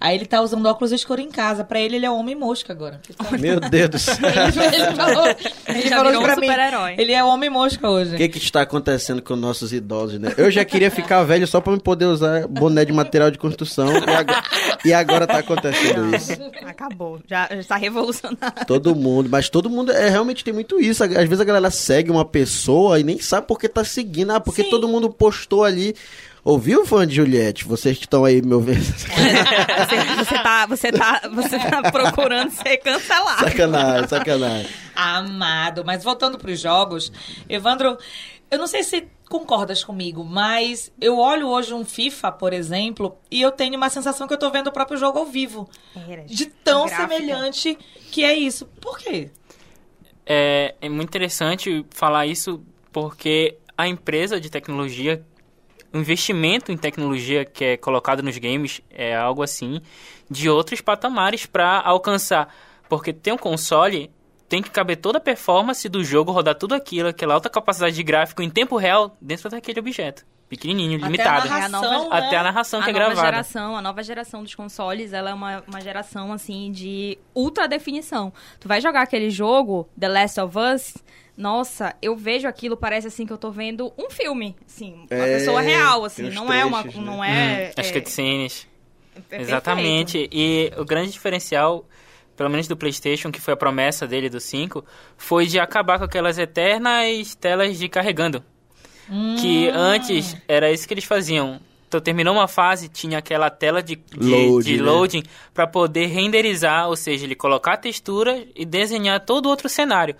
[SPEAKER 4] Aí ele tá usando óculos escuro em casa. Pra ele, ele é homem mosca agora.
[SPEAKER 3] Meu Deus do céu.
[SPEAKER 4] Ele falou, ele
[SPEAKER 5] Já
[SPEAKER 4] falou
[SPEAKER 5] virou
[SPEAKER 4] isso
[SPEAKER 5] um
[SPEAKER 4] pra mim.
[SPEAKER 5] super-herói.
[SPEAKER 4] Ele é homem mosca
[SPEAKER 3] O
[SPEAKER 4] hoje.
[SPEAKER 3] que, que está acontecendo com nossos idosos, né? Eu já queria ficar velho só pra eu poder usar boné de material de construção e agora, e agora tá acontecendo isso.
[SPEAKER 5] Acabou, já tá está revolucionado.
[SPEAKER 3] Todo mundo, mas todo mundo é realmente tem muito isso. Às vezes a galera segue uma pessoa e nem sabe por que tá seguindo, ah, porque todo mundo postou ali. Ouviu, fã de Juliette? Vocês que estão aí me ouvindo.
[SPEAKER 5] Você, você tá, você tá, você tá procurando ser
[SPEAKER 3] é
[SPEAKER 5] cancelado.
[SPEAKER 3] sacanagem, sacanagem.
[SPEAKER 4] Amado. Mas voltando pros jogos, Evandro, eu não sei se concordas comigo, mas eu olho hoje um FIFA, por exemplo, e eu tenho uma sensação que eu tô vendo o próprio jogo ao vivo. De tão
[SPEAKER 5] Gráfico.
[SPEAKER 4] semelhante que é isso. Por quê?
[SPEAKER 1] É, é muito interessante falar isso porque a empresa de tecnologia, o investimento em tecnologia que é colocado nos games é algo assim de outros patamares para alcançar. Porque tem um console, tem que caber toda a performance do jogo, rodar tudo aquilo, aquela alta capacidade de gráfico em tempo real dentro daquele objeto. Pequenininho,
[SPEAKER 4] Até a
[SPEAKER 1] limitado.
[SPEAKER 5] É a nova-
[SPEAKER 4] narração, né?
[SPEAKER 1] Até a narração que
[SPEAKER 5] a
[SPEAKER 1] é
[SPEAKER 5] nova
[SPEAKER 1] gravada.
[SPEAKER 5] geração, a nova geração dos consoles, ela é uma, uma geração assim de ultra definição. Tu vai jogar aquele jogo, The Last of Us, nossa, eu vejo aquilo, parece assim que eu tô vendo um filme, assim, uma
[SPEAKER 3] É,
[SPEAKER 5] pessoa real, assim,
[SPEAKER 3] tem os
[SPEAKER 5] não é uma.
[SPEAKER 3] trechos, né?
[SPEAKER 5] Não
[SPEAKER 1] Hum,
[SPEAKER 5] é,
[SPEAKER 1] as
[SPEAKER 5] é-
[SPEAKER 1] cutscenes.
[SPEAKER 5] é perfeito.
[SPEAKER 1] Exatamente. E o grande diferencial, pelo menos do PlayStation, que foi a promessa dele do 5, foi de acabar com aquelas eternas telas de carregando.
[SPEAKER 5] Hum.
[SPEAKER 1] Que antes era isso que eles faziam. Então terminou uma fase, tinha aquela tela de, de,
[SPEAKER 3] Load,
[SPEAKER 1] de
[SPEAKER 3] né?
[SPEAKER 1] loading para poder renderizar, ou seja, ele colocar a textura e desenhar todo outro cenário.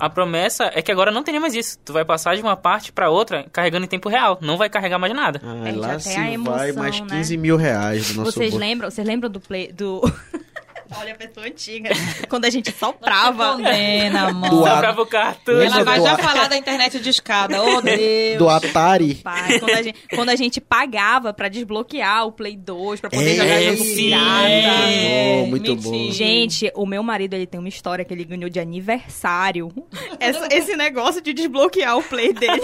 [SPEAKER 1] A promessa é que agora não teria mais isso. Tu vai passar de uma parte para outra carregando em tempo real. Não vai carregar mais nada.
[SPEAKER 3] Ah,
[SPEAKER 5] Perde
[SPEAKER 3] lá
[SPEAKER 5] até
[SPEAKER 3] se
[SPEAKER 5] a emoção,
[SPEAKER 3] vai mais
[SPEAKER 5] né?
[SPEAKER 3] 15 mil reais do nosso
[SPEAKER 5] Vocês
[SPEAKER 3] bolso.
[SPEAKER 5] lembram? Vocês lembram do play do. Olha a pessoa antiga. Quando a gente soprava.
[SPEAKER 4] Condena,
[SPEAKER 3] Do
[SPEAKER 4] amor.
[SPEAKER 3] ar-
[SPEAKER 1] Sobrava o cartucho.
[SPEAKER 3] Lembra
[SPEAKER 4] Ela vai
[SPEAKER 3] do
[SPEAKER 4] já
[SPEAKER 3] ar-
[SPEAKER 4] falar da internet de escada. Ô, Deus.
[SPEAKER 3] Do Atari.
[SPEAKER 5] Pai, quando, a gente, quando a gente pagava pra desbloquear o Play 2, pra poder
[SPEAKER 3] É,
[SPEAKER 5] jogar jogo
[SPEAKER 3] sim.
[SPEAKER 5] pirata.
[SPEAKER 3] É, muito
[SPEAKER 4] Mentira.
[SPEAKER 3] bom.
[SPEAKER 5] Gente, o meu marido ele tem uma história que ele ganhou de aniversário. Essa- esse negócio de desbloquear o play dele.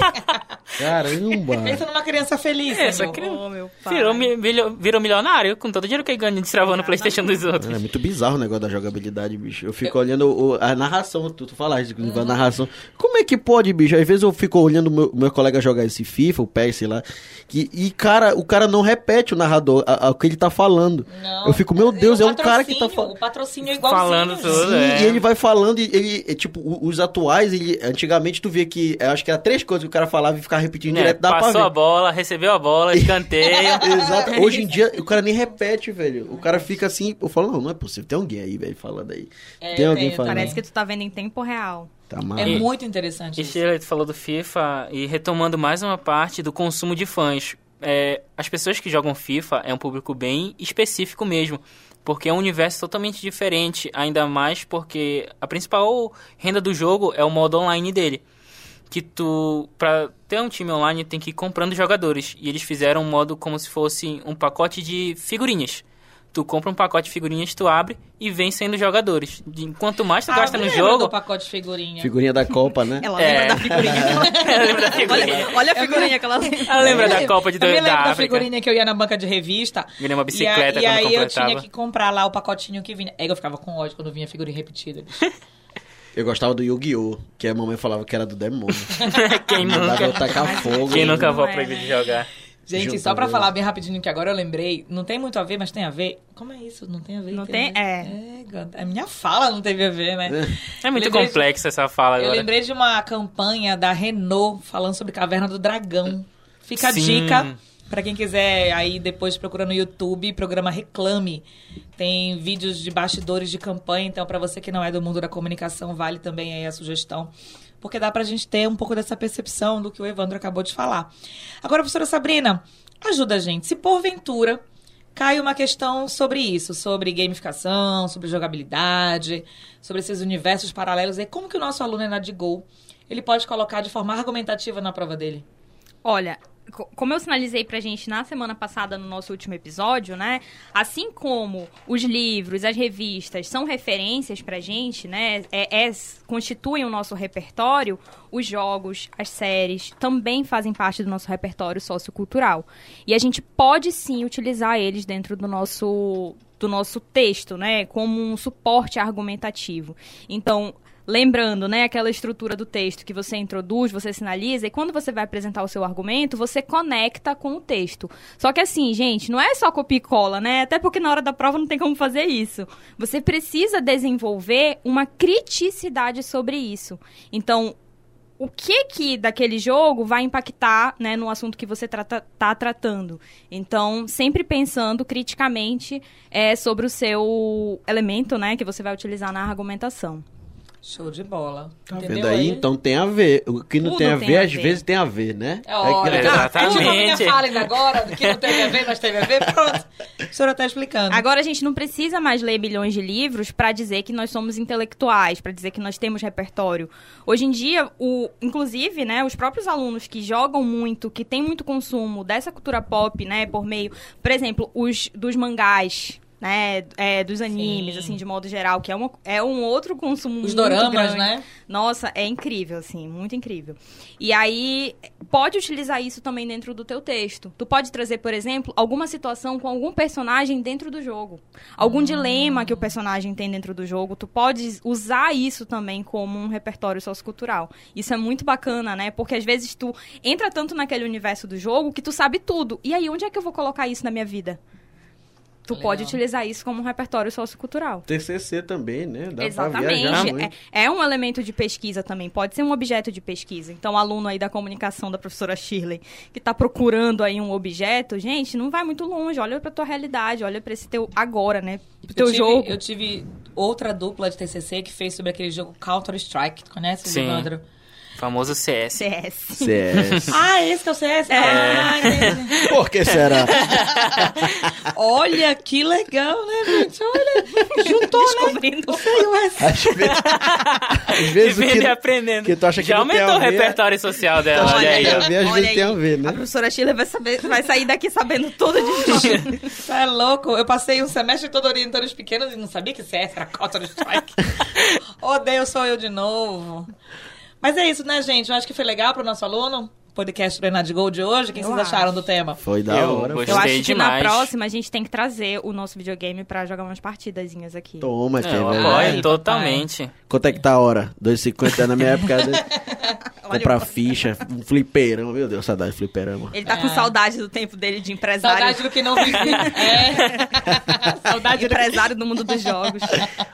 [SPEAKER 3] Caramba.
[SPEAKER 4] Pensa numa criança feliz.
[SPEAKER 1] É,
[SPEAKER 4] senhor.
[SPEAKER 1] só cri-
[SPEAKER 5] Oh, meu pai.
[SPEAKER 1] Virou, mi- milho- virou milionário com todo o dinheiro que ele ganha destravando o Playstation dos outros.
[SPEAKER 3] É muito bizarro o negócio da jogabilidade, bicho. Eu fico olhando o- a narração, tu, tu falaste, inclusive, a narração. Como é que pode, bicho? Às vezes eu fico olhando o meu, meu colega jogar esse FIFA, o PES, sei lá, que, e, cara, o cara não repete o narrador, a- a- o que ele tá falando.
[SPEAKER 4] Não.
[SPEAKER 3] Eu fico, meu
[SPEAKER 4] E
[SPEAKER 3] Deus,
[SPEAKER 4] o
[SPEAKER 3] é um cara que tá
[SPEAKER 4] patrocínio,
[SPEAKER 3] falando.
[SPEAKER 4] O patrocínio é igualzinho.
[SPEAKER 1] Falando
[SPEAKER 4] gente.
[SPEAKER 1] tudo. é.
[SPEAKER 3] E ele vai falando, e ele, é, tipo, o- os atuais, ele, antigamente tu via que, eu acho que era três coisas que o cara falava e ficava repetindo
[SPEAKER 1] É,
[SPEAKER 3] direto, dá pra ver.
[SPEAKER 1] passou a bola, recebeu a bola, escanteio.
[SPEAKER 3] Exato. Hoje em dia, o cara nem repete, velho. O cara fica assim, eu falo, não, não é possível. Tem alguém aí, velho, falando aí.
[SPEAKER 4] É,
[SPEAKER 3] tem alguém
[SPEAKER 4] tem,
[SPEAKER 3] falando.
[SPEAKER 5] Parece que tu tá vendo em tempo real.
[SPEAKER 3] Tá mal.
[SPEAKER 4] É muito interessante.
[SPEAKER 1] E
[SPEAKER 4] isso.
[SPEAKER 1] Sheila, tu falou do FIFA e retomando mais uma parte do consumo de fãs. É, as pessoas que jogam FIFA é um público bem específico mesmo, porque é um universo totalmente diferente, ainda mais porque a principal renda do jogo é o modo online dele. Que tu, pra ter um time online, tem que ir comprando jogadores. E eles fizeram um modo como se fosse um pacote de figurinhas. Tu compra um pacote de figurinhas, tu abre e vem sendo jogadores. De- Quanto mais tu
[SPEAKER 4] Ah,
[SPEAKER 1] gasta
[SPEAKER 4] eu
[SPEAKER 1] no
[SPEAKER 4] lembro
[SPEAKER 1] jogo, Tipo,
[SPEAKER 4] do pacote de figurinha.
[SPEAKER 3] Figurinha da Copa, né?
[SPEAKER 5] Ela
[SPEAKER 1] É.
[SPEAKER 5] lembra da figurinha.
[SPEAKER 1] lembra da figurinha.
[SPEAKER 5] olha, olha a figurinha que ela lembra.
[SPEAKER 1] Ela lembra da Copa de
[SPEAKER 4] Eu me
[SPEAKER 1] dois
[SPEAKER 4] lembro
[SPEAKER 1] da
[SPEAKER 4] da,
[SPEAKER 1] África.
[SPEAKER 4] figurinha que eu ia na banca de revista.
[SPEAKER 1] Virei uma bicicleta
[SPEAKER 4] e aí,
[SPEAKER 1] quando
[SPEAKER 4] e aí eu
[SPEAKER 1] completava.
[SPEAKER 4] tinha que comprar lá o pacotinho que vinha. É que eu ficava com ódio quando vinha figurinha repetida. bicho.
[SPEAKER 3] Eu gostava do Yu-Gi-Oh! Que a mamãe falava que era do demônio.
[SPEAKER 1] Quem
[SPEAKER 3] Mandava eu
[SPEAKER 1] nunca?
[SPEAKER 3] tacar fogo.
[SPEAKER 1] Quem nunca
[SPEAKER 5] Não
[SPEAKER 1] vou
[SPEAKER 5] é,
[SPEAKER 1] proibir
[SPEAKER 5] né?
[SPEAKER 1] de jogar?
[SPEAKER 4] Gente,
[SPEAKER 3] Junta
[SPEAKER 4] só pra
[SPEAKER 3] mesmo.
[SPEAKER 4] falar bem rapidinho que agora eu lembrei, não tem muito a ver, mas tem a ver. Como é isso? Não tem a ver.
[SPEAKER 5] Não
[SPEAKER 4] a
[SPEAKER 5] tem?
[SPEAKER 4] ver. É, gata, a minha fala não teve a ver, né?
[SPEAKER 1] É muito
[SPEAKER 4] Lembrei de-
[SPEAKER 1] complexa essa fala
[SPEAKER 4] Eu
[SPEAKER 1] agora.
[SPEAKER 4] lembrei de uma campanha da Renault falando sobre Caverna do Dragão. Fica
[SPEAKER 1] Sim.
[SPEAKER 4] a dica pra quem quiser aí depois procura no YouTube, programa Reclame. Tem vídeos de bastidores de campanha, então pra você que não é do mundo da comunicação, vale também aí a sugestão. Porque dá pra gente ter um pouco dessa percepção do que o Evandro acabou de falar. Agora, professora Sabrina, ajuda a gente. Se porventura cai uma questão sobre isso, sobre gamificação, sobre jogabilidade, sobre esses universos paralelos, e como que o nosso aluno é na de Gol, ele pode colocar de forma argumentativa na prova dele.
[SPEAKER 5] Olha, co- como eu sinalizei pra gente na semana passada no nosso último episódio, né? Assim como os livros, as revistas são referências pra gente, né? É, é- constituem o nosso repertório, os jogos, as séries também fazem parte do nosso repertório sociocultural. E a gente pode sim utilizar eles dentro do nosso do nosso texto, né, como um suporte argumentativo. Então, Lembrando, né, aquela estrutura do texto que você introduz, você sinaliza, e quando você vai apresentar o seu argumento, você conecta com o texto. Só que assim, gente, não é só copia e cola, né? Até porque na hora da prova não tem como fazer isso. Você precisa desenvolver uma criticidade sobre isso. Então, o que que daquele jogo vai impactar, né, no assunto que você trata, tá tratando? Então, sempre pensando criticamente é, sobre o seu elemento, né, que você vai utilizar na argumentação.
[SPEAKER 4] Show de bola.
[SPEAKER 3] Tá vendo aí? Então tem a ver. O que não
[SPEAKER 5] Tudo
[SPEAKER 3] tem a
[SPEAKER 5] tem
[SPEAKER 3] ver,
[SPEAKER 5] a
[SPEAKER 3] às
[SPEAKER 5] ver.
[SPEAKER 3] vezes tem a ver, né?
[SPEAKER 4] É hora.
[SPEAKER 1] É,
[SPEAKER 4] Exatamente.
[SPEAKER 1] exatamente.
[SPEAKER 4] Como a minha fala ainda agora, do que não teve a ver, nós teve a ver, pronto. A professora tá explicando.
[SPEAKER 5] Agora a gente não precisa mais ler milhões de livros para dizer que nós somos intelectuais, para dizer que nós temos repertório. Hoje em dia, o, inclusive, né, os próprios alunos que jogam muito, que têm muito consumo dessa cultura pop, né, por meio, por exemplo, os dos mangás. né, né, é, dos animes,
[SPEAKER 4] Sim.
[SPEAKER 5] assim, de modo geral, que é, uma, é um outro consumo
[SPEAKER 4] Os
[SPEAKER 5] muito
[SPEAKER 4] doramas,
[SPEAKER 5] grande.
[SPEAKER 4] né?
[SPEAKER 5] Nossa, é incrível, assim, muito incrível. E aí, pode utilizar isso também dentro do teu texto. Tu pode trazer, por exemplo, alguma situação com algum personagem dentro do jogo. Algum dilema que o personagem tem dentro do jogo. Tu pode usar isso também como um repertório sociocultural. Isso é muito bacana, né? Porque às vezes tu entra tanto naquele universo do jogo que tu sabe tudo. E aí, onde é que eu vou colocar isso na minha vida? Tu
[SPEAKER 4] Legal.
[SPEAKER 5] pode utilizar isso como um repertório sociocultural.
[SPEAKER 3] TCC também, né? Dá pra viajar muito.
[SPEAKER 5] Exatamente. É, é um elemento de pesquisa também, pode ser um objeto de pesquisa. Então, o aluno aí da comunicação da professora Shirley, que está procurando aí um objeto, gente, não vai muito longe. Olha pra tua realidade, olha pra esse teu agora, né? Pro
[SPEAKER 4] eu
[SPEAKER 5] teu
[SPEAKER 4] tive,
[SPEAKER 5] jogo.
[SPEAKER 4] Eu tive outra dupla de TCC que fez sobre aquele jogo Counter-Strike. Tu conhece,
[SPEAKER 1] Sim.
[SPEAKER 4] Evandro?
[SPEAKER 1] Famoso CS.
[SPEAKER 5] CS.
[SPEAKER 3] CS.
[SPEAKER 4] Ah, esse que é o CS? Ah, entendi.
[SPEAKER 3] é- Por que será?
[SPEAKER 4] Olha, que legal, né, gente? Olha, juntou,
[SPEAKER 5] Descobrindo.
[SPEAKER 4] né? Saiu essa.
[SPEAKER 3] Às vezes, às vezes o
[SPEAKER 1] Vivendo e
[SPEAKER 3] que,
[SPEAKER 1] aprendendo.
[SPEAKER 3] que tu acha que
[SPEAKER 1] Já
[SPEAKER 3] não tem
[SPEAKER 1] aumentou
[SPEAKER 3] a
[SPEAKER 1] o
[SPEAKER 3] ver, Então,
[SPEAKER 1] repertório social
[SPEAKER 3] tu
[SPEAKER 1] dela,
[SPEAKER 3] acha que
[SPEAKER 1] olha aí.
[SPEAKER 3] tem a
[SPEAKER 1] ó.
[SPEAKER 3] ver, às
[SPEAKER 5] Olha
[SPEAKER 3] vezes tem a
[SPEAKER 5] aí.
[SPEAKER 3] ver,
[SPEAKER 5] A
[SPEAKER 3] né?
[SPEAKER 5] professora Shirley vai, saber- vai sair daqui sabendo tudo de tudo.
[SPEAKER 4] Isso é louco. Eu passei um semestre todo orientando os pequenos e não sabia que CS era Counter-Strike. Odeio, sou eu de novo. Mas é isso, né, gente? Eu acho que foi legal pro nosso aluno. o Podcast do Enad Gold de hoje. O que
[SPEAKER 5] Eu
[SPEAKER 4] vocês acharam
[SPEAKER 5] acho.
[SPEAKER 4] do tema?
[SPEAKER 3] Foi da
[SPEAKER 1] Eu
[SPEAKER 3] hora.
[SPEAKER 1] gostei.
[SPEAKER 5] Eu acho que
[SPEAKER 1] demais.
[SPEAKER 5] na próxima a gente tem que trazer o nosso videogame pra jogar umas partidazinhas aqui.
[SPEAKER 3] Toma,
[SPEAKER 1] É, eu
[SPEAKER 3] Kevin.
[SPEAKER 1] apoio
[SPEAKER 4] Ai,
[SPEAKER 1] totalmente.
[SPEAKER 3] Quanto é que tá a hora? 2,50 na minha época. né? Comprar ficha, um fliperão. Meu Deus, saudade de fliperama.
[SPEAKER 5] Ele tá com saudade do tempo dele de empresário.
[SPEAKER 4] É. Saudade do que não vivi. É. Saudade do
[SPEAKER 5] empresário do mundo dos jogos.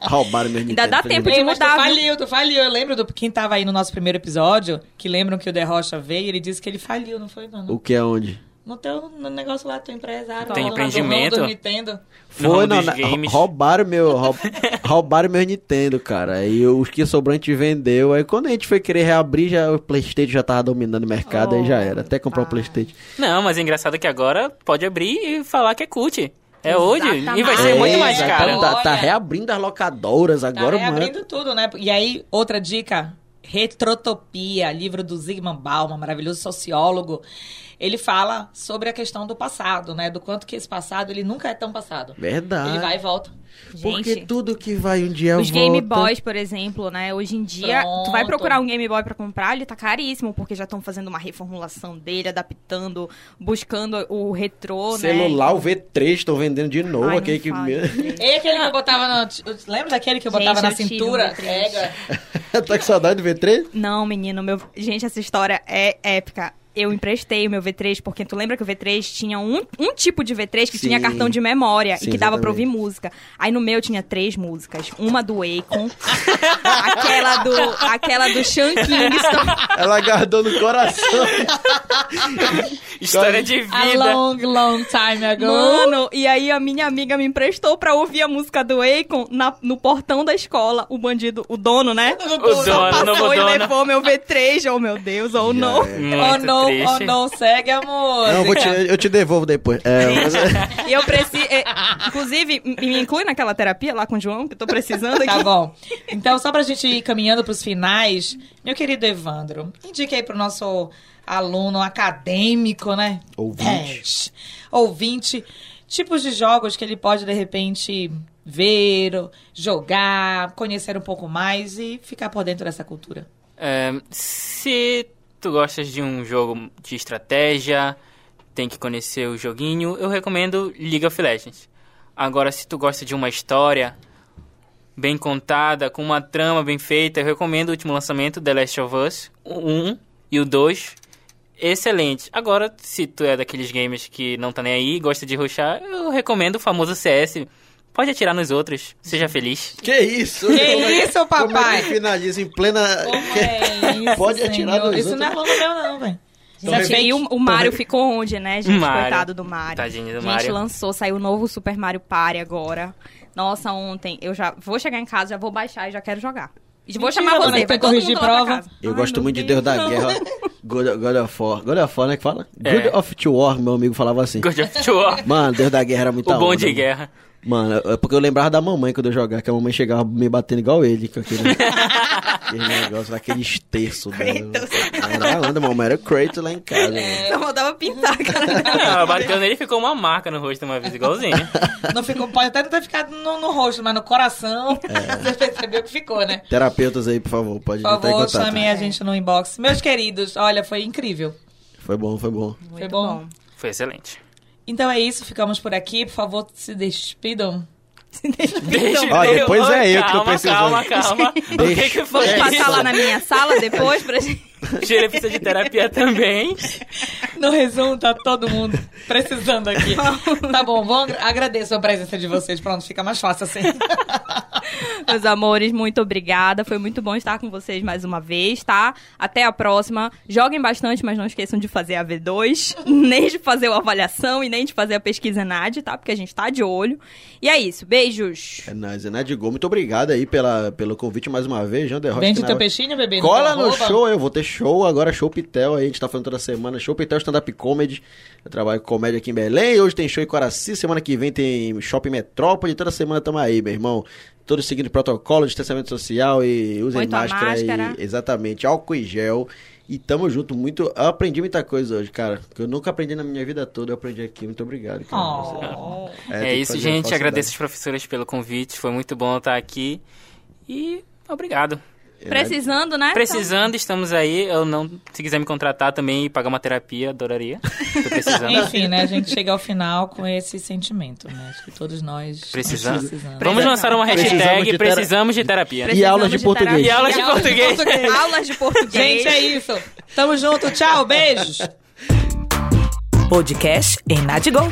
[SPEAKER 3] Roubaram meu Nintendo.
[SPEAKER 5] Ainda dá
[SPEAKER 3] felizmente.
[SPEAKER 5] tempo de
[SPEAKER 4] Ei, mas tu
[SPEAKER 5] mudar, viu?
[SPEAKER 4] faliu, tu faliu. Eu lembro do quem tava aí no nosso primeiro episódio, que lembram que o The Rocha veio e ele disse que ele faliu, não foi, mano?
[SPEAKER 3] O que é onde?
[SPEAKER 4] No teu no negócio lá, teu empresário.
[SPEAKER 1] Tem
[SPEAKER 4] lá do- do-
[SPEAKER 1] empreendimento?
[SPEAKER 4] do Nintendo.
[SPEAKER 1] No
[SPEAKER 3] Foi,
[SPEAKER 1] ramo
[SPEAKER 3] não,
[SPEAKER 1] dos
[SPEAKER 3] na-
[SPEAKER 1] games.
[SPEAKER 3] roubaram meu, roub- roubaram meu Nintendo, cara. Aí os que sobrou a gente vendeu. Aí quando a gente foi querer reabrir, já o PlayStation já tava dominando o mercado, aí já era. Até comprar o PlayStation.
[SPEAKER 1] Não, mas é engraçado que agora pode abrir e falar que é cult. É hoje e vai
[SPEAKER 5] Exatamente.
[SPEAKER 1] ser muito
[SPEAKER 3] É,
[SPEAKER 1] mais
[SPEAKER 3] então
[SPEAKER 1] caro.
[SPEAKER 3] Tá, tá
[SPEAKER 4] Olha.
[SPEAKER 3] reabrindo as locadoras
[SPEAKER 4] Tá
[SPEAKER 3] agora, mano.
[SPEAKER 4] reabrindo tudo, né? E aí, outra dica. Retrotopia, livro do Zygmunt Bauman, maravilhoso sociólogo. Ele fala sobre a questão do passado, né? Do quanto que esse passado, ele nunca é tão passado. Ele
[SPEAKER 3] Verdade.
[SPEAKER 4] vai e volta.
[SPEAKER 3] Porque
[SPEAKER 5] Gente,
[SPEAKER 3] tudo que vai um dia
[SPEAKER 5] os
[SPEAKER 3] volta.
[SPEAKER 5] Game Boys, por exemplo, né? Hoje em dia, tu vai
[SPEAKER 4] Pronto.
[SPEAKER 5] procurar um Game Boy pra comprar, ele tá caríssimo, porque já estão fazendo uma reformulação dele, adaptando, buscando o retrô, né?
[SPEAKER 3] Celular, o V3, estão vendendo de novo.
[SPEAKER 5] Ai, não
[SPEAKER 3] aquele que...
[SPEAKER 5] fala.
[SPEAKER 4] E é aquele que eu botava na... Lembra daquele que eu
[SPEAKER 5] Gente,
[SPEAKER 4] botava na
[SPEAKER 5] eu tiro
[SPEAKER 4] cintura?
[SPEAKER 5] meu trecho.
[SPEAKER 4] Pega.
[SPEAKER 3] tá com saudade do V3?
[SPEAKER 5] Não, menino, meu. Gente, essa história é épica. Eu emprestei o meu V3, porque tu lembra que o V3 tinha um, um tipo de V3 que
[SPEAKER 3] Sim.
[SPEAKER 5] tinha cartão de memória
[SPEAKER 3] Sim,
[SPEAKER 5] e que dava pra
[SPEAKER 3] exatamente.
[SPEAKER 5] ouvir música. Aí no meu tinha três músicas. Uma do Akon, aquela do, aquela do Sean Kingston.
[SPEAKER 3] Ela agarrou no coração.
[SPEAKER 1] História de
[SPEAKER 4] A
[SPEAKER 1] vida.
[SPEAKER 4] long, long time ago.
[SPEAKER 5] Mano, e aí a minha amiga me emprestou pra ouvir a música do Akon na- no portão da escola. O bandido, o dono, né?
[SPEAKER 4] O
[SPEAKER 1] dono,
[SPEAKER 5] Passou
[SPEAKER 1] novo
[SPEAKER 5] e
[SPEAKER 1] dono.
[SPEAKER 5] levou meu V3, oh meu Deus,
[SPEAKER 3] É.
[SPEAKER 5] ou não.
[SPEAKER 4] Oh
[SPEAKER 1] Muito
[SPEAKER 4] não, oh
[SPEAKER 1] triste.
[SPEAKER 4] não, segue a música.
[SPEAKER 3] Não, vou te- eu te devolvo depois. É, mas-
[SPEAKER 5] E eu preciso. inclusive, me- me inclui naquela terapia lá com o João, que eu tô precisando
[SPEAKER 4] Tá
[SPEAKER 5] aqui.
[SPEAKER 4] bom. Então, só pra gente ir caminhando pros finais, meu querido Evandro, indique aí pro nosso aluno acadêmico, né?
[SPEAKER 3] Ouvinte.
[SPEAKER 4] É, ouvinte, tipos de jogos que ele pode, de repente, ver, jogar, conhecer um pouco mais e ficar por dentro dessa cultura.
[SPEAKER 1] É, se tu gostas de um jogo de estratégia, tem que conhecer o joguinho, eu recomendo League of Legends. Agora, se tu gosta de uma história bem contada, com uma trama bem feita, eu recomendo o último lançamento, The Last of Us o 1 e o 2. Excelente. Agora, se tu é daqueles gamers que não tá nem aí, gosta de rushar, eu recomendo o famoso CS. Pode atirar nos outros, seja feliz.
[SPEAKER 3] É. que isso?
[SPEAKER 4] Que isso,
[SPEAKER 3] Como é
[SPEAKER 4] papai?
[SPEAKER 3] que finaliza em plena...
[SPEAKER 4] Como é isso,
[SPEAKER 3] Pode atirar
[SPEAKER 4] senhor?
[SPEAKER 3] nos
[SPEAKER 4] Isso
[SPEAKER 3] outros.
[SPEAKER 4] não é aluno meu, não, velho.
[SPEAKER 3] Então,
[SPEAKER 4] Isso é
[SPEAKER 5] Gente, e o,
[SPEAKER 4] fake.
[SPEAKER 5] um, o Mario ficou onde, né, gente?
[SPEAKER 1] Mario.
[SPEAKER 5] Coitado do Mario.
[SPEAKER 1] Tadinho do
[SPEAKER 5] gente,
[SPEAKER 1] Mario.
[SPEAKER 5] lançou, saiu o novo Super Mario Party agora. Nossa, ontem eu já vou chegar em casa, já vou baixar e já quero jogar. E vou
[SPEAKER 4] Mentira,
[SPEAKER 5] chamar
[SPEAKER 4] dona,
[SPEAKER 5] você,
[SPEAKER 4] que
[SPEAKER 5] vai
[SPEAKER 4] vai
[SPEAKER 5] todo
[SPEAKER 4] corrigir
[SPEAKER 5] mundo lá pra
[SPEAKER 4] prova.
[SPEAKER 5] casa.
[SPEAKER 3] Eu
[SPEAKER 5] Ai,
[SPEAKER 3] gosto
[SPEAKER 5] meu
[SPEAKER 3] muito de Deus da
[SPEAKER 5] não.
[SPEAKER 3] Guerra. God, God of War. God of War, né, que fala? God
[SPEAKER 1] É.
[SPEAKER 3] of War, meu amigo falava assim.
[SPEAKER 1] God of War,
[SPEAKER 3] Mano, Deus da Guerra era muito
[SPEAKER 1] o bom de guerra.
[SPEAKER 3] Mano, é porque eu lembrava da mamãe quando eu jogava, que a mamãe chegava me batendo igual ele, com aquele, aquele negócio, aquele esterço. dela. né?
[SPEAKER 5] Kratos.
[SPEAKER 3] Na Irlanda, mamãe era crate lá em casa.
[SPEAKER 4] É.
[SPEAKER 3] né?
[SPEAKER 5] Só mandava pintar, cara.
[SPEAKER 1] Não, bateu nele e ficou uma marca no rosto uma vez, igualzinha.
[SPEAKER 4] Não ficou, pode até não ter ficado no, no rosto, mas no coração
[SPEAKER 3] É.
[SPEAKER 4] você percebeu que ficou, né?
[SPEAKER 3] Terapeutas aí, por favor, pode
[SPEAKER 4] Por
[SPEAKER 3] entrar em
[SPEAKER 4] favor,
[SPEAKER 3] contato.
[SPEAKER 4] chamem a gente no inbox. Meus queridos, olha, foi incrível.
[SPEAKER 3] Foi bom, foi bom.
[SPEAKER 4] foi bom.
[SPEAKER 1] Foi excelente.
[SPEAKER 4] Então é isso, ficamos por aqui. Por favor, se despidam.
[SPEAKER 1] Deixa
[SPEAKER 3] Então, Ó,
[SPEAKER 1] eu-
[SPEAKER 3] depois é eu que tô
[SPEAKER 1] calma,
[SPEAKER 3] precisando.
[SPEAKER 1] Calma, calma, O que
[SPEAKER 3] Deixa-
[SPEAKER 1] que foi
[SPEAKER 5] Vamos
[SPEAKER 1] isso?
[SPEAKER 5] passar lá na minha sala depois pra gente.
[SPEAKER 1] Sheila precisa de terapia também.
[SPEAKER 4] No resumo, tá todo mundo precisando aqui. Tá bom, bom, agradeço a presença de vocês. Pronto, fica mais fácil assim.
[SPEAKER 5] Meus amores, muito obrigada. Foi muito bom estar com vocês mais uma vez, tá? Até a próxima. Joguem bastante, mas não esqueçam de fazer a V2, nem de fazer a avaliação e nem de fazer a pesquisa NAD, tá? Porque a gente tá de olho. E é isso. Beijos.
[SPEAKER 3] É nóis, é nóis de gol. Muito obrigado aí pela, pelo convite mais uma vez, Jean Derrocha.
[SPEAKER 4] Vende
[SPEAKER 3] na-
[SPEAKER 4] teu peixinho, bebê. no
[SPEAKER 3] Cola
[SPEAKER 4] teu
[SPEAKER 3] no
[SPEAKER 4] arroba.
[SPEAKER 3] show, eu vou ter show agora, show Pitel aí, a gente tá falando toda semana, show Pitel Stand-Up Comedy, eu trabalho com comédia aqui em Belém, hoje tem show em Coraci, semana que vem tem Shopping Metrópole, toda semana tamo aí, meu irmão, todos seguindo protocolo, distanciamento social e usem
[SPEAKER 5] Muito a
[SPEAKER 3] máscara,
[SPEAKER 5] máscara.
[SPEAKER 3] E, exatamente, álcool e gel, e tamo junto muito, eu aprendi muita coisa hoje, cara, que eu nunca aprendi na minha vida toda, eu aprendi aqui, muito obrigado. cara.
[SPEAKER 4] Oh.
[SPEAKER 3] Você-
[SPEAKER 1] É,
[SPEAKER 3] tem que
[SPEAKER 1] isso,
[SPEAKER 3] fazer
[SPEAKER 1] gente.
[SPEAKER 3] falsidade.
[SPEAKER 1] Agradeço os professores pelo convite. Foi muito bom estar aqui. E obrigado.
[SPEAKER 3] Ah, É,
[SPEAKER 5] Precisando,
[SPEAKER 3] então.
[SPEAKER 5] né?
[SPEAKER 1] Precisando, estamos aí. Eu não, se quiser me contratar também e pagar uma terapia, adoraria. Tô precisando.
[SPEAKER 4] Enfim, né? A gente chega ao final com esse sentimento, né? Acho que todos nós
[SPEAKER 1] Precisamos.
[SPEAKER 4] precisamos.
[SPEAKER 1] Vamos lançar uma
[SPEAKER 3] Precisamos de
[SPEAKER 1] hashtag
[SPEAKER 3] tera-
[SPEAKER 1] precisamos de terapia.
[SPEAKER 5] Então, Precisamos
[SPEAKER 3] aulas de português.
[SPEAKER 5] terapia.
[SPEAKER 1] E aulas de português.
[SPEAKER 5] Aulas de português.
[SPEAKER 4] Gente, é isso. Tamo junto. Tchau. Beijos.
[SPEAKER 6] Podcast em Nadigol.